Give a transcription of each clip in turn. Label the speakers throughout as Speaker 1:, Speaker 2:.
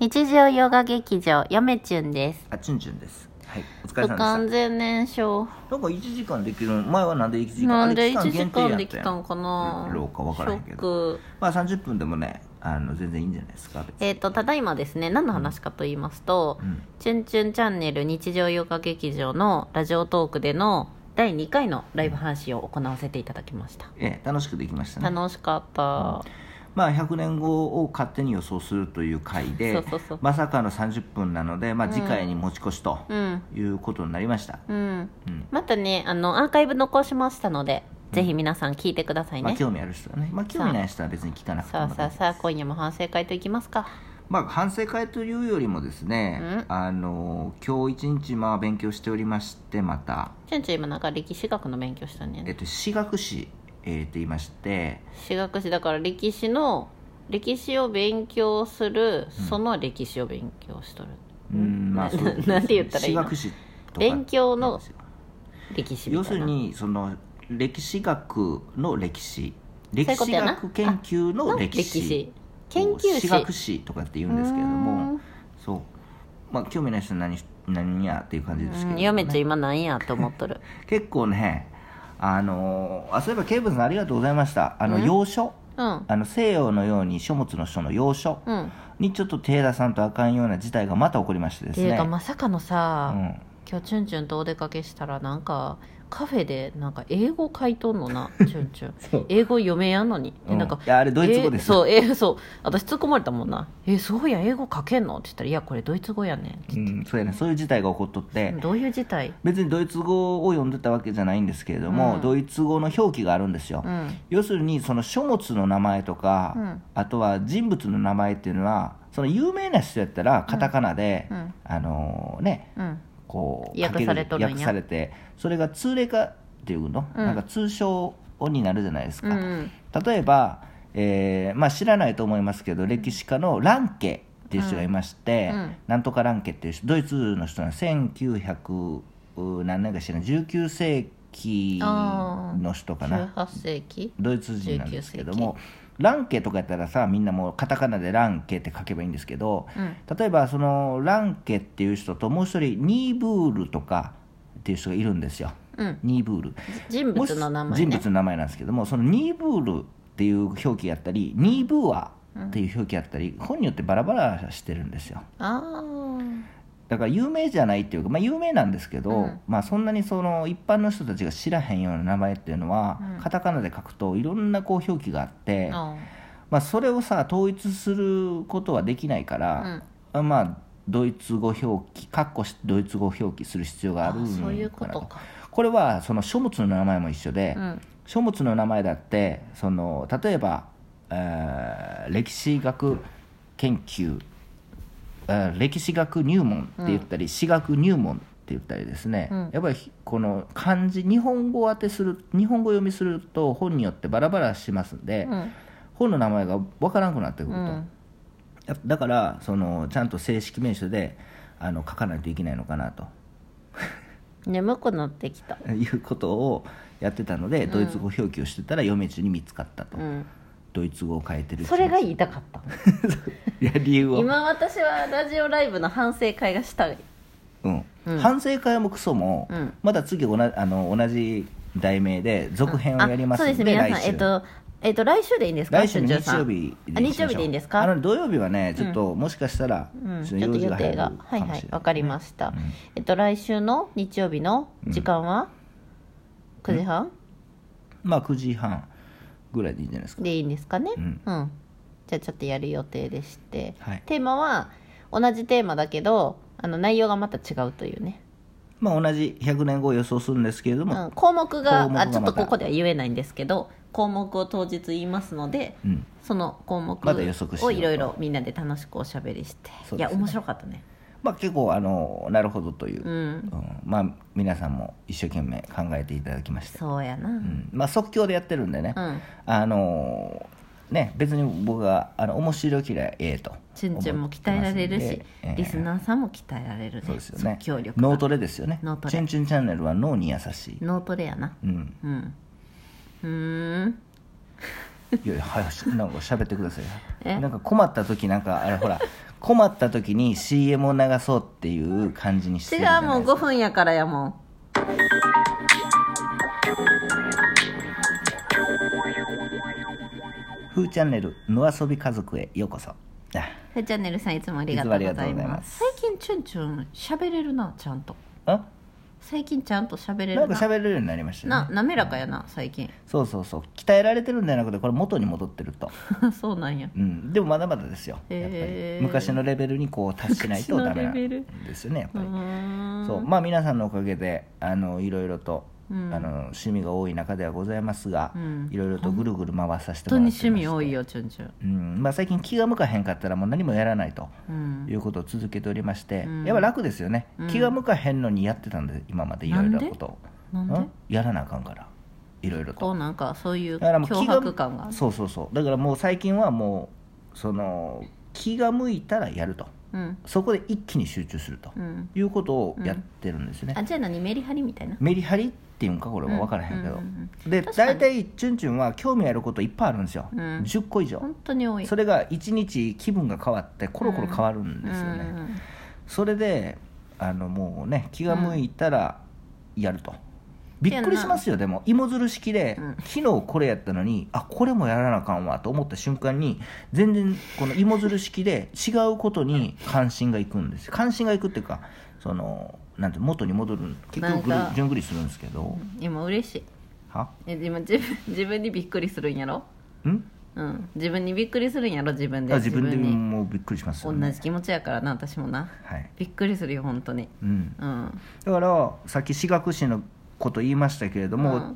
Speaker 1: 日常ヨガ劇場やめちゅんです
Speaker 2: あちゅんちゅんですはいお疲れ
Speaker 1: 不
Speaker 2: 様
Speaker 1: 完
Speaker 2: でし
Speaker 1: 全燃焼
Speaker 2: たなんか1時間できる前はなんで1時間
Speaker 1: なんで
Speaker 2: あれ
Speaker 1: 1時間で
Speaker 2: 期
Speaker 1: き
Speaker 2: 間限定や
Speaker 1: た
Speaker 2: ったや
Speaker 1: んかな
Speaker 2: ろうかわからへん
Speaker 1: シ
Speaker 2: け
Speaker 1: ョッ
Speaker 2: ど
Speaker 1: ク
Speaker 2: まあ30分でもねあの全然いいんじゃないですか別に
Speaker 1: えっ、とただいまですね何の話かと言いますと
Speaker 2: うん
Speaker 1: 「チュンチュンチャンネル日常ヨガ劇場」のラジオトークでの第2回のライブ配信を行わせていただきました
Speaker 2: ええ楽しくできましたね
Speaker 1: 楽しかった、
Speaker 2: まあ、100年後を勝手に予想するという回で
Speaker 1: そうそうそう
Speaker 2: まさかの30分なので、まあ、次回に持ち越しと
Speaker 1: うん
Speaker 2: いうことになりました、
Speaker 1: うん
Speaker 2: うん
Speaker 1: またねあのアーカイブ残しましたので、ぜひ皆さん聞いてください
Speaker 2: まあ、
Speaker 1: ね、
Speaker 2: 興味ある人はね、まあ、興味ない人は別に聞かなくて
Speaker 1: さ
Speaker 2: も
Speaker 1: あさあさあ今夜も反省会といきますか
Speaker 2: まあ、反省会というよりもですね、
Speaker 1: うん
Speaker 2: あの今日一日まあ勉強しておりましてまた、
Speaker 1: ちゅんちゅん今なんか歴史学の勉強したんだよ
Speaker 2: え
Speaker 1: ね
Speaker 2: っと、私学士、えー、って言いまして
Speaker 1: 私学士だから歴史の歴史を勉強する、その歴史を勉強しとる
Speaker 2: うーんまあ
Speaker 1: な
Speaker 2: そうですね
Speaker 1: なんて言ったらいいの
Speaker 2: 私学士とか
Speaker 1: 勉強の
Speaker 2: なんですよ
Speaker 1: 歴史みたいな
Speaker 2: 要するにその歴史学の歴史
Speaker 1: ういう
Speaker 2: 歴
Speaker 1: こと
Speaker 2: 史
Speaker 1: やな
Speaker 2: 学研究の歴史
Speaker 1: 研
Speaker 2: こう
Speaker 1: 究
Speaker 2: 史
Speaker 1: 史
Speaker 2: 学史とかって言うんですけれど
Speaker 1: う
Speaker 2: もそうまあ興味ない人は何何やっていう感じですけ
Speaker 1: ー
Speaker 2: ど、
Speaker 1: ん
Speaker 2: ね、
Speaker 1: やめちゃん今なんやって思っと る
Speaker 2: 結構ねあのーあそういえばケイブンさんありがとうございましたあの洋書
Speaker 1: うん
Speaker 2: あの西洋のように書物の書の洋書
Speaker 1: うん
Speaker 2: にちょっと手出さんとあかんような事態がまた起こりましてで
Speaker 1: っ
Speaker 2: す
Speaker 1: ていう
Speaker 2: ね
Speaker 1: かまさかのさ、
Speaker 2: うん
Speaker 1: 今日チュンチュンとお出かけしたらなんかカフェでなんか英語書いとんのなチュンチュン
Speaker 2: そう
Speaker 1: 英語読めやんのに、で
Speaker 2: うん
Speaker 1: なんか
Speaker 2: いやあれドイツ語です
Speaker 1: えそうえそう私突っ込まれたもんな「えすごいやん英語書けんの?」って言ったら「いやこれドイツ語やねん」って
Speaker 2: うん、そうやねそういう事態が起こっとって、
Speaker 1: どういう事態
Speaker 2: 別にドイツ語を読んでたわけじゃないんですけれども、
Speaker 1: うん
Speaker 2: ドイツ語の表記があるんですよ、
Speaker 1: うん
Speaker 2: 要するにその書物の名前とか、
Speaker 1: うん
Speaker 2: あとは人物の名前っていうのはその有名な人やったらカタカナで、
Speaker 1: うんうん
Speaker 2: あのね
Speaker 1: うん
Speaker 2: こう
Speaker 1: 訳されとるんや
Speaker 2: かける訳されてそれが通例化っていうの、
Speaker 1: うん
Speaker 2: なんか通称になるじゃないです
Speaker 1: う
Speaker 2: か、
Speaker 1: んうん
Speaker 2: 例えば、えーまあ、知らないと思いますけど歴史家のランケっていう人がいまして、
Speaker 1: うんうん
Speaker 2: なんとかランケっていう人ドイツの人なんです1900何年か知らない19世紀の人かな
Speaker 1: 18世紀
Speaker 2: ドイツ人なんですけど
Speaker 1: 19世
Speaker 2: もランケとかやったらさみんなもうカタカナでランケって書けばいいんですけど、
Speaker 1: うん
Speaker 2: 例えばそのランケっていう人ともう一人ニーブールとかっていう人がいるんですよ
Speaker 1: うん
Speaker 2: ニーブール。
Speaker 1: 人
Speaker 2: もし
Speaker 1: 物の名前、ね、
Speaker 2: 人物の名前なんですけどもそのニーブールっていう表記やったりニーブーアっていう表記やったり、本によってバラバラしてるんですよ
Speaker 1: あ
Speaker 2: だから有名じゃないっていうか、まあ、有名なんですけど、
Speaker 1: うん
Speaker 2: まあ、そんなにその一般の人たちが知らへんような名前っていうのは、
Speaker 1: うん
Speaker 2: カタカナで書くといろんなこう表記があって、
Speaker 1: ーあ
Speaker 2: まあ、それをさ統一することはできないから、まあドイツ語表記かっこしドイツ語表記する必要がある
Speaker 1: あ
Speaker 2: ん
Speaker 1: そういうこ
Speaker 2: かな
Speaker 1: とか
Speaker 2: これはその書物の名前も一緒で、
Speaker 1: うん
Speaker 2: 書物の名前だってその例えば、えー歴史学研究、えー歴史学入門って言ったり、史学入門って言ったりですね、
Speaker 1: うん
Speaker 2: やっぱりひこの漢字日本語を当てする日本語読みすると本によってバラバラしますんで、
Speaker 1: うん
Speaker 2: 本の名前がわからなくなってくる
Speaker 1: う
Speaker 2: と、
Speaker 1: ん
Speaker 2: やだからそのちゃんと正式名称であの書かないといけないのかなと
Speaker 1: 眠くなってきた
Speaker 2: いうことをやってたので、ドイツ語表記をしてたら嫁中に見つかったと。
Speaker 1: うん
Speaker 2: ドイツ語を変えてる
Speaker 1: それが言いたかった
Speaker 2: いや理由を、
Speaker 1: 今私はラジオライブの反省会がしたい
Speaker 2: うん
Speaker 1: うん
Speaker 2: 反省会もクソも、
Speaker 1: うん
Speaker 2: まだ次同じあの同じ題名で続編をやります
Speaker 1: あ
Speaker 2: の
Speaker 1: そう
Speaker 2: で
Speaker 1: です皆さん
Speaker 2: 来週
Speaker 1: えっとえっと来週でいいんですか
Speaker 2: 来週の
Speaker 1: 俊
Speaker 2: 日
Speaker 1: 二さ
Speaker 2: 曜
Speaker 1: ん
Speaker 2: 日
Speaker 1: あ
Speaker 2: にし
Speaker 1: 日曜
Speaker 2: ましょう
Speaker 1: 日でいいんです
Speaker 2: あ
Speaker 1: か
Speaker 2: の土曜日はねちょっと、もしかしたら、
Speaker 1: うん、ち
Speaker 2: の
Speaker 1: ょっと予
Speaker 2: 入
Speaker 1: 定
Speaker 2: る
Speaker 1: がはい
Speaker 2: かも
Speaker 1: は
Speaker 2: し
Speaker 1: い
Speaker 2: れな
Speaker 1: わかりました、えっと来週の日曜日の時間は、9時半
Speaker 2: まあ9時半ぐらいでいいんじゃないですか
Speaker 1: でいいんですかね
Speaker 2: うん
Speaker 1: じゃあちょっとやる予定でして、
Speaker 2: はい
Speaker 1: テーマは同じテーマだけどあの内容がまた違うというね、
Speaker 2: まあ同じ100年後を予想するんですけれど
Speaker 1: う
Speaker 2: も、
Speaker 1: ん、項目が
Speaker 2: 項目が
Speaker 1: あちょっと
Speaker 2: また
Speaker 1: ここでは言えないんですけど項目を当日言いますので
Speaker 2: うん
Speaker 1: その項目
Speaker 2: また予測しよう
Speaker 1: を
Speaker 2: と
Speaker 1: いろいろみんなで楽しくおしゃべりして、
Speaker 2: そう
Speaker 1: い
Speaker 2: で
Speaker 1: や
Speaker 2: すね
Speaker 1: 面白かったね
Speaker 2: まあ結構あのなるほどという、
Speaker 1: う
Speaker 2: うん
Speaker 1: ん
Speaker 2: まあ皆さんも一生懸命考えていただきまして、
Speaker 1: そうやな
Speaker 2: う、んまあ即興でやってるんでね、
Speaker 1: うん、
Speaker 2: あのね別に僕があの面白きりゃええと
Speaker 1: チュンチュンも鍛えられるし、リスナーさんも鍛えられるね
Speaker 2: そうですよね
Speaker 1: 即興力が
Speaker 2: 脳トレですよね
Speaker 1: 脳トレ
Speaker 2: チュンチュンチャンネルは脳に優しい
Speaker 1: 脳トレやな
Speaker 2: うん
Speaker 1: うんうーん
Speaker 2: いやいやはいなんか喋ってください
Speaker 1: え
Speaker 2: なんか困った時なんかあれほら困った時に CM を流そうっていう感じにして
Speaker 1: 違
Speaker 2: るじゃ
Speaker 1: う
Speaker 2: な
Speaker 1: も
Speaker 2: い
Speaker 1: ん
Speaker 2: です
Speaker 1: 5
Speaker 2: か
Speaker 1: 分やからやもん
Speaker 2: 「ふーチャンネル野遊び家族へようこそ」あ
Speaker 1: ふーチャンネルさんいつもありがとう
Speaker 2: いつも
Speaker 1: ご
Speaker 2: ありがと
Speaker 1: ざ
Speaker 2: う
Speaker 1: い
Speaker 2: ござい
Speaker 1: ま
Speaker 2: ますす
Speaker 1: 最近チュンチュン喋れるなちゃんと
Speaker 2: あ
Speaker 1: 最近ちゃんと喋れる
Speaker 2: な
Speaker 1: なん
Speaker 2: か喋れるようになりましたね
Speaker 1: な滑らかやな最近
Speaker 2: そうそうそう鍛えられてるんじゃなくてこれ元に戻ってると、
Speaker 1: そうなんや
Speaker 2: うん、でもまだまだですよやっぱり
Speaker 1: へー
Speaker 2: 昔のレベルにこう達しないとダメな
Speaker 1: 昔の
Speaker 2: ん
Speaker 1: レベル
Speaker 2: ですよねやっ
Speaker 1: う
Speaker 2: ぱり、
Speaker 1: ーん
Speaker 2: そうまあ皆さんのおかげであのいろいろと、
Speaker 1: うん
Speaker 2: あの趣味が多い中ではございますが、
Speaker 1: うん
Speaker 2: いろいろとぐるぐる回させて
Speaker 1: 本当
Speaker 2: も
Speaker 1: に
Speaker 2: らってまして
Speaker 1: 趣味多いよチュンチュン
Speaker 2: うんまあ、最近気が向かへんかったらもう何もやらないと
Speaker 1: うん
Speaker 2: いうことを続けておりまして、
Speaker 1: うん
Speaker 2: やっぱ楽ですよね、
Speaker 1: うん
Speaker 2: 気が向かへんのにやってたんで今までいろいろなことを
Speaker 1: なんでなんで
Speaker 2: やらなあかんからいろいろと
Speaker 1: こうなんかそういう
Speaker 2: だからもう
Speaker 1: 脅迫感がある
Speaker 2: そうそうそうだからもう最近はもうその気が向いたらやると
Speaker 1: うん
Speaker 2: そこで一気に集中すると、
Speaker 1: うん
Speaker 2: いうことをやってるんですね、
Speaker 1: あじゃあ何メリハリみたいな
Speaker 2: メリハリっていうんかこれは分からへんけど、
Speaker 1: うんうん
Speaker 2: で
Speaker 1: 確かに
Speaker 2: 大体チュンチュンは興味あることいっぱいあるんですよ、
Speaker 1: うん
Speaker 2: 10個以上
Speaker 1: 本当に多い
Speaker 2: それが1日気分が変わってコロコロ変わるんですよね、
Speaker 1: うんうんうん
Speaker 2: それであのもうね気が向いたらやると、びっくりしますよでも芋づる式で、
Speaker 1: うん
Speaker 2: 昨日これやったのにあこれもやらなあかんわと思った瞬間に全然この芋づる式で違うことに関心がいくんです関心がいくっていうかそのなんて元に戻る結局ぐる
Speaker 1: なんか
Speaker 2: じゅんぐりするんですけど
Speaker 1: 今嬉しい
Speaker 2: は
Speaker 1: え今自分自分にびっくりするんやろ
Speaker 2: ん
Speaker 1: うん自分にびっくりするんやろ自分で
Speaker 2: あ自分で
Speaker 1: に
Speaker 2: もうびっくりしますよ、ね、
Speaker 1: 同じ気持ちやからな私もな
Speaker 2: はい、
Speaker 1: びっくりするよ本当に
Speaker 2: うん、
Speaker 1: うん
Speaker 2: だからさっき私学士のこと言いましたけれども、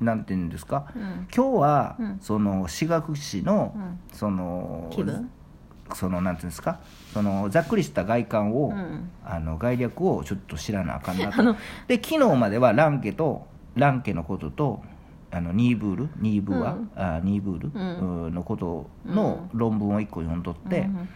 Speaker 2: なんて言うんですか、
Speaker 1: うん
Speaker 2: 今日は、
Speaker 1: うん
Speaker 2: その私学士の、
Speaker 1: うん
Speaker 2: その
Speaker 1: 気分
Speaker 2: そのなんて言うんですかそのざっくりした外観を、
Speaker 1: うん
Speaker 2: あの概略をちょっと知らなあかんなとで昨日まではランケとランケのこととあのニーブールニーブーは、
Speaker 1: うん
Speaker 2: あニーブール、
Speaker 1: うん
Speaker 2: うんのことの論文を一個読んどって、
Speaker 1: うん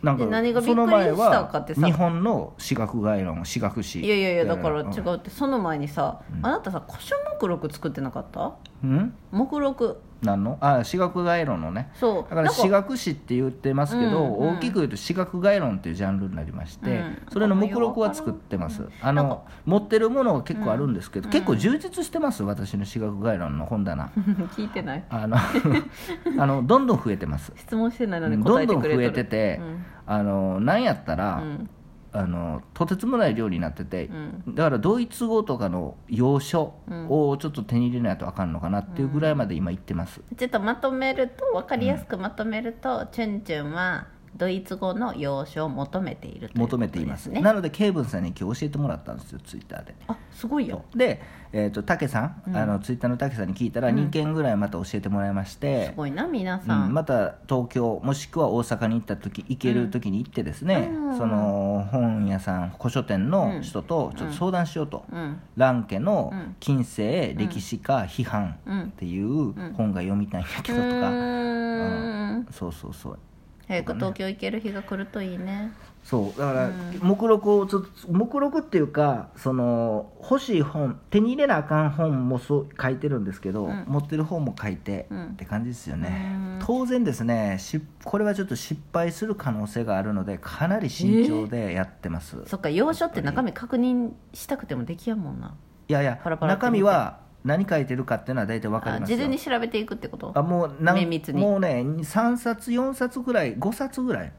Speaker 2: なんか
Speaker 1: で何がびっ
Speaker 2: そ
Speaker 1: くり
Speaker 2: の
Speaker 1: し
Speaker 2: 前
Speaker 1: たか
Speaker 2: は
Speaker 1: ってさ
Speaker 2: 日本の私学概論私学士
Speaker 1: いやいやいやだから違
Speaker 2: うん
Speaker 1: うってその前にさ
Speaker 2: うん
Speaker 1: あなたさ古書目録作ってなかった
Speaker 2: うん
Speaker 1: 目録
Speaker 2: 何のあ私学概論のね
Speaker 1: そう
Speaker 2: だから私学史って言ってますけど、
Speaker 1: うんうん
Speaker 2: 大きく言うと私学概論っていうジャンルになりまして、
Speaker 1: うん
Speaker 2: それの目録は作ってますあ
Speaker 1: なんか
Speaker 2: の持ってるものが結構あるんですけど、
Speaker 1: うん
Speaker 2: 結構充実してます私の私学概論の本棚
Speaker 1: 聞いてない
Speaker 2: あの あのどんどん増えてます
Speaker 1: 質問してないの
Speaker 2: ど
Speaker 1: に答
Speaker 2: ん
Speaker 1: えて
Speaker 2: どん
Speaker 1: くれ
Speaker 2: 増
Speaker 1: とる
Speaker 2: えてて、
Speaker 1: うん
Speaker 2: あのなんやった
Speaker 1: う
Speaker 2: ら、
Speaker 1: ん
Speaker 2: あのとてつもない量になってて、
Speaker 1: うん
Speaker 2: だからドイツ語とかの要所をちょっと手に入れないとあかんのかなっていうぐらいまで今行ってます、
Speaker 1: ちょっとまとめると分かりやすくまとめると、チュンチュンはドイツ語の要所を求めているということで
Speaker 2: 求めています
Speaker 1: ね
Speaker 2: なのでケイブンさんに今日教えてもらったんですよツイッターで
Speaker 1: あすごいよ
Speaker 2: で、えー、とタケさん、
Speaker 1: うん
Speaker 2: あのツイッターのタケさんに聞いたら
Speaker 1: うん
Speaker 2: 2件ぐらいまた教えてもらいまし
Speaker 1: す
Speaker 2: て、
Speaker 1: ごいな皆
Speaker 2: う
Speaker 1: さ
Speaker 2: ん
Speaker 1: ん、
Speaker 2: また東京もしくは大阪に行った時行ける時に行ってですね、
Speaker 1: うん
Speaker 2: その本屋さん古書店の人とちょっと相談しようと、
Speaker 1: うん
Speaker 2: ランケの
Speaker 1: うん
Speaker 2: 近世歴史家批判
Speaker 1: うん
Speaker 2: っていう本が読みたいんやけどと
Speaker 1: う
Speaker 2: か、
Speaker 1: ーん
Speaker 2: そうそうそう
Speaker 1: 早く東京行ける日が来るといいね
Speaker 2: そうだから
Speaker 1: うん
Speaker 2: 目録をちょっと目録っていうかその欲しい本手に入れなあかん本もそう書いてるんですけど、
Speaker 1: うん
Speaker 2: 持ってる本も書いて、
Speaker 1: うん
Speaker 2: って感じですよ
Speaker 1: うん
Speaker 2: ね当然ですねしこれはちょっと失敗する可能性があるのでかなり慎重でやってます、
Speaker 1: そっか要所って中身確認したくてもできやんもんない
Speaker 2: やいや
Speaker 1: パラパラって
Speaker 2: 中身は何書いてるかっていうのは大体わかり
Speaker 1: あ
Speaker 2: ます
Speaker 1: 事
Speaker 2: よ
Speaker 1: 前に調べていくってこと
Speaker 2: あもうなん
Speaker 1: 綿密に
Speaker 2: もうね3冊4冊ぐらい5冊ぐらい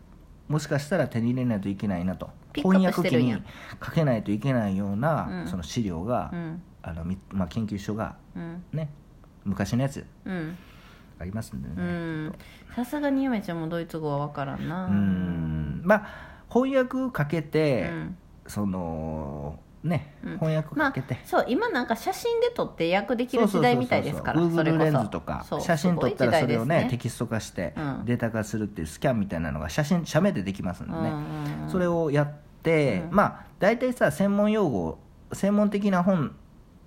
Speaker 2: もしかしたら手に入れないといけないなと
Speaker 1: ピックア
Speaker 2: 翻
Speaker 1: ップ
Speaker 2: 訳
Speaker 1: して
Speaker 2: 機
Speaker 1: るんや
Speaker 2: に書けないといけないような、
Speaker 1: うん
Speaker 2: その資料が、
Speaker 1: うん
Speaker 2: あのみまあ、研究所が
Speaker 1: うん
Speaker 2: ね昔のやつ
Speaker 1: うん
Speaker 2: ありますんで
Speaker 1: う
Speaker 2: ね
Speaker 1: んさすがにゆめちゃんもドイツ語は分からんな
Speaker 2: うんまあ翻訳かけ
Speaker 1: う
Speaker 2: て、
Speaker 1: ん
Speaker 2: そのね、
Speaker 1: うん
Speaker 2: 翻訳
Speaker 1: ま
Speaker 2: か
Speaker 1: あ
Speaker 2: けて、、
Speaker 1: そう今なんか写真で撮って訳でき
Speaker 2: そう
Speaker 1: る
Speaker 2: そ
Speaker 1: 時
Speaker 2: うそうそう
Speaker 1: 代みたいですからそれ
Speaker 2: Google
Speaker 1: こ
Speaker 2: レン
Speaker 1: そ
Speaker 2: ズとか
Speaker 1: そう
Speaker 2: 写真撮ったらそれ
Speaker 1: すご
Speaker 2: をね
Speaker 1: い時代です
Speaker 2: テキスト化して、
Speaker 1: うん
Speaker 2: データ化するっていうスキャンみたいなのが写真写メでできますんでね、
Speaker 1: うんうん
Speaker 2: それをやって、
Speaker 1: うん
Speaker 2: まあ大体さ専門用語専門的な本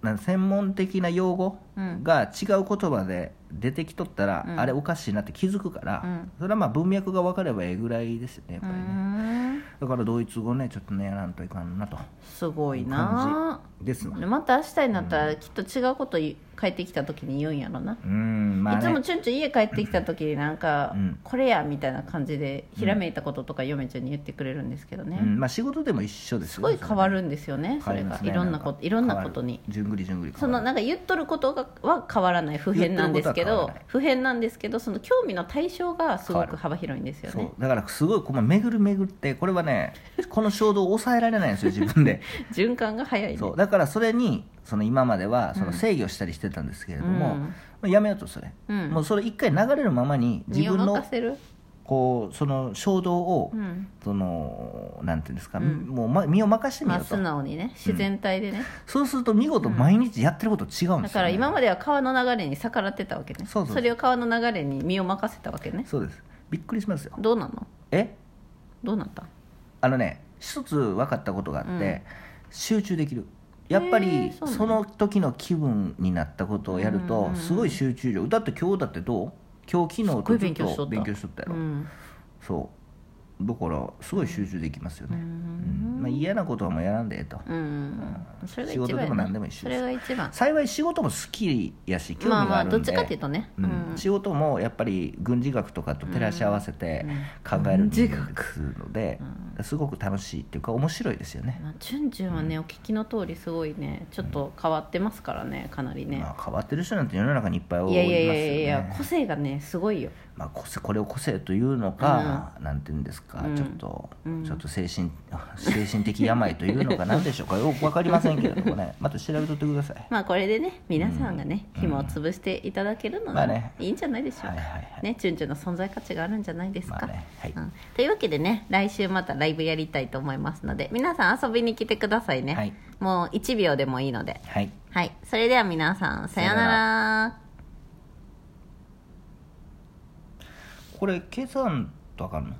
Speaker 2: なん専門的な用語
Speaker 1: うん
Speaker 2: が違う言葉で出てきとったら、
Speaker 1: うん
Speaker 2: あれおかしいなって気づくから、
Speaker 1: うん
Speaker 2: それはまあ文脈が分かればええぐらいですよねやっぱりね、
Speaker 1: うん
Speaker 2: だからドイツ語ねちょっとねやらんといかんなと
Speaker 1: すごいな
Speaker 2: ですな
Speaker 1: また明日になったらきっと違うことい帰ってきた時に言うんやろな、
Speaker 2: うんまあ
Speaker 1: いつ
Speaker 2: ね
Speaker 1: もちゅんちゅん家帰ってきた時になんか、
Speaker 2: うん
Speaker 1: これやみたいな感じでひらめいたこととか嫁ちゃんに言ってくれるんですけどね、
Speaker 2: うんまあ仕事でも一緒です
Speaker 1: す
Speaker 2: よ
Speaker 1: ご
Speaker 2: ね
Speaker 1: い変わるんですよねそ
Speaker 2: 変わ
Speaker 1: れ
Speaker 2: り
Speaker 1: が
Speaker 2: ますね
Speaker 1: いろんなこ
Speaker 2: か
Speaker 1: といろんなことに
Speaker 2: 変わるじゅんぐりじゅんぐり
Speaker 1: そのなんか言っとることがは変わらない不変なんですけ
Speaker 2: 言っとることは変
Speaker 1: ど
Speaker 2: わらない
Speaker 1: 不変なんですけどその興味の対象がすごく幅広いんですよ
Speaker 2: そう
Speaker 1: ね
Speaker 2: だからすごいこの巡る巡ってこれはねこの衝動を抑えられないんですよ自分で
Speaker 1: 循環が早いね
Speaker 2: そうだからそれにその今まではその制御したりしてたんですけれども、
Speaker 1: うん
Speaker 2: まあやめようとそれ、
Speaker 1: うん
Speaker 2: もうそれ一回流れるままに自
Speaker 1: 身を
Speaker 2: 分の
Speaker 1: 任せる
Speaker 2: こうその衝動を、
Speaker 1: うん
Speaker 2: そのなんていうんですか、
Speaker 1: うん
Speaker 2: もう、ま、身を任せてみ
Speaker 1: ま
Speaker 2: よ
Speaker 1: あ
Speaker 2: うと、
Speaker 1: 素直にね自然体でね、
Speaker 2: そうすると見事毎日やってること違うんですよ、ね
Speaker 1: だから今までは川の流れに逆らってたわけね
Speaker 2: そうそうそう
Speaker 1: れを川の流れに身を任せたわけね
Speaker 2: そうですびっくりしますよ
Speaker 1: どうなの
Speaker 2: え
Speaker 1: どうなった
Speaker 2: あのね一つ分かったことがあって、
Speaker 1: うん
Speaker 2: 集中できるやっぱ
Speaker 1: へ
Speaker 2: り
Speaker 1: ーそうなんだ
Speaker 2: その時の気分になったことをやる
Speaker 1: うんうん
Speaker 2: と
Speaker 1: うん
Speaker 2: すごい集中力だって今日だってどう今日昨日
Speaker 1: すっごい
Speaker 2: ず
Speaker 1: 勉
Speaker 2: っ
Speaker 1: 強しと
Speaker 2: と
Speaker 1: った
Speaker 2: 勉強しとったやろ、
Speaker 1: うん
Speaker 2: そうだからすごい集中できますよ
Speaker 1: う
Speaker 2: ね、うん
Speaker 1: ん
Speaker 2: まあ、嫌なことはもうやらんでええと
Speaker 1: うんそれが一
Speaker 2: 仕
Speaker 1: 番
Speaker 2: 事で
Speaker 1: や
Speaker 2: も
Speaker 1: な
Speaker 2: 何でも一緒
Speaker 1: そ
Speaker 2: で
Speaker 1: れ
Speaker 2: す
Speaker 1: が一番
Speaker 2: 幸い仕事も好きやし興味
Speaker 1: まあま
Speaker 2: があ
Speaker 1: あ
Speaker 2: る
Speaker 1: どっ
Speaker 2: んで、
Speaker 1: ちかっていうとね、
Speaker 2: うん仕事もやっぱり軍事学とかと照らし合わせて考える人間ですので、すごく楽しいっていうか面白いですよね、
Speaker 1: まあ、チュンチュンはね、お聞きの通りすごいねちょっと変わってますからねかなりね、
Speaker 2: まあ、変わってる人なんて世の中にいっぱいおり
Speaker 1: い
Speaker 2: ま
Speaker 1: や
Speaker 2: す
Speaker 1: い
Speaker 2: よ
Speaker 1: やいやいや
Speaker 2: ね
Speaker 1: いや個性がねすごいよ
Speaker 2: まあ、個性これを個性というのか、なんていうんですか、
Speaker 1: うん
Speaker 2: ちょっと、
Speaker 1: うん
Speaker 2: ちょっと精神 精神的病というのか何で しょうかよく分かりませんけれどもねまた調べとってください
Speaker 1: まあこれでね皆さんがね、
Speaker 2: うん
Speaker 1: 紐を潰していただけるの
Speaker 2: ま
Speaker 1: は
Speaker 2: あね
Speaker 1: いいんじゃないでしょうか、
Speaker 2: はいはいはい
Speaker 1: ねチュンチュンの存在価値があるんじゃないですか、
Speaker 2: まあねはい
Speaker 1: うん、というわけでね来週またライブやりたいと思いますので皆さん遊びに来てくださいね、
Speaker 2: はい
Speaker 1: もう1秒でもいいので
Speaker 2: はい
Speaker 1: はいそれでは皆さんさような
Speaker 2: さよ
Speaker 1: ら
Speaker 2: これ計算とわかるの